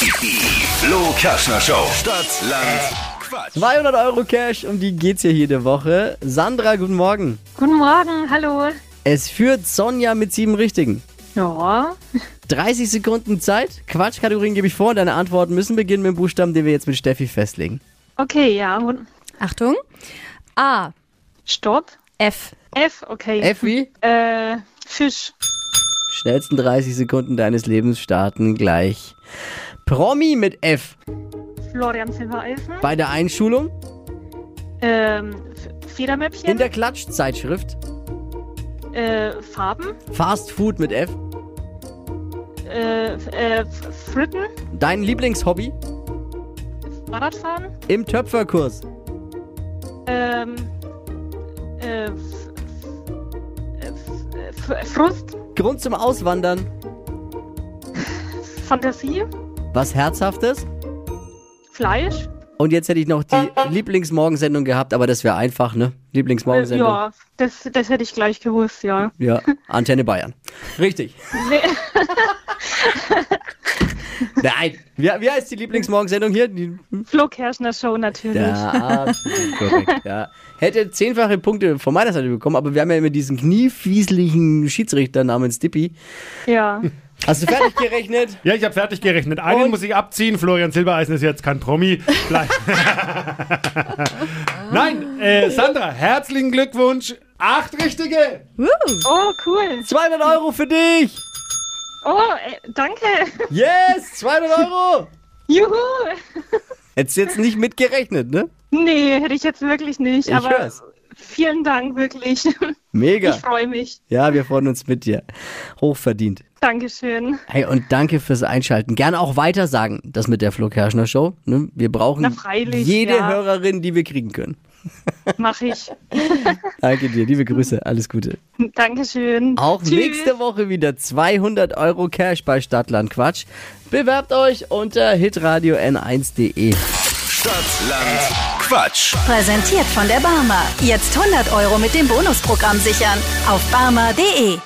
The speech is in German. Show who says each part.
Speaker 1: Die Flo Kaschner Show. Stadt, Land, Quatsch.
Speaker 2: 200 Euro Cash, um die geht's hier jede Woche. Sandra, guten Morgen.
Speaker 3: Guten Morgen, hallo.
Speaker 2: Es führt Sonja mit sieben Richtigen.
Speaker 3: Ja,
Speaker 2: 30 Sekunden Zeit. Quatschkategorien gebe ich vor. Deine Antworten müssen beginnen mit dem Buchstaben, den wir jetzt mit Steffi festlegen.
Speaker 3: okay, ja. und-
Speaker 4: Achtung. A.
Speaker 3: Stopp.
Speaker 4: F.
Speaker 3: F, okay.
Speaker 2: F wie?
Speaker 3: Äh, Fisch.
Speaker 2: Schnellsten 30 Sekunden deines Lebens starten gleich. Promi mit F.
Speaker 3: Florian Silbereisen.
Speaker 2: Bei der Einschulung.
Speaker 3: Ähm, F
Speaker 2: In
Speaker 3: Federmäppchen.
Speaker 2: der Klatschzeitschrift.
Speaker 3: äh, Farben.
Speaker 2: Fast Food mit F.
Speaker 3: Äh, f- äh, f- Fritten.
Speaker 2: Dein Lieblingshobby.
Speaker 3: Fahrradfahren.
Speaker 2: Im Töpferkurs.
Speaker 3: Ähm, äh, f f f Frust.
Speaker 2: Grund zum Auswandern.
Speaker 3: Fantasie.
Speaker 2: Was Herzhaftes.
Speaker 3: Fleisch.
Speaker 2: Und jetzt hätte ich noch die Lieblingsmorgensendung gehabt, aber das wäre einfach, ne?
Speaker 3: Äh,
Speaker 2: Lieblingsmorgensendung. Ja.
Speaker 3: ja, das, das hätte ich gleich gewusst, ja.
Speaker 2: ja. Antenne Bayern. Richtig.
Speaker 3: Nee.
Speaker 2: Nein. Wie, wie heißt die Lieblingsmorgensendung hier? Die,
Speaker 3: Flo Kerschner Show natürlich.
Speaker 2: ja, absolut korrekt. Ja. Hätte zehnfache Punkte von meiner Seite bekommen, aber wir haben ja immer diesen kniefieslichen Schiedsrichter namens Dippy.
Speaker 3: ja.
Speaker 2: Hast du fertig gerechnet?
Speaker 5: Ja, ich habe fertig gerechnet. Einen
Speaker 2: Und?
Speaker 5: muss ich abziehen. Florian Silbereisen ist jetzt kein Promi. Vielleicht- Nein, äh, Sandra, herzlichen Glückwunsch. Acht Richtige.
Speaker 3: Oh, cool.
Speaker 2: 200 Euro für dich!
Speaker 3: Oh, äh, danke.
Speaker 2: Yes! 200 Euro!
Speaker 3: Juhu!
Speaker 2: Hättest du jetzt nicht mitgerechnet, ne?
Speaker 3: Nee, hätte ich jetzt wirklich nicht.
Speaker 2: Ich
Speaker 3: aber
Speaker 2: hör's.
Speaker 3: vielen Dank, wirklich.
Speaker 2: Mega.
Speaker 3: Ich freue mich.
Speaker 2: Ja, wir freuen uns mit dir. Hochverdient.
Speaker 3: Dankeschön.
Speaker 2: Hey, und danke fürs Einschalten. Gerne auch weitersagen, das mit der Flo Kerschner Show. Ne? Wir brauchen
Speaker 3: Na, freilich,
Speaker 2: jede
Speaker 3: ja.
Speaker 2: Hörerin, die wir kriegen können.
Speaker 3: Mache ich.
Speaker 2: Danke dir, liebe Grüße, alles Gute.
Speaker 3: Dankeschön.
Speaker 2: Auch
Speaker 3: Tschüss.
Speaker 2: nächste Woche wieder 200 Euro Cash bei Stadtland Quatsch. Bewerbt euch unter hitradio n1.de.
Speaker 1: Stadt, Land, Quatsch.
Speaker 4: Präsentiert von der Barmer. Jetzt 100 Euro mit dem Bonusprogramm sichern. Auf barmer.de.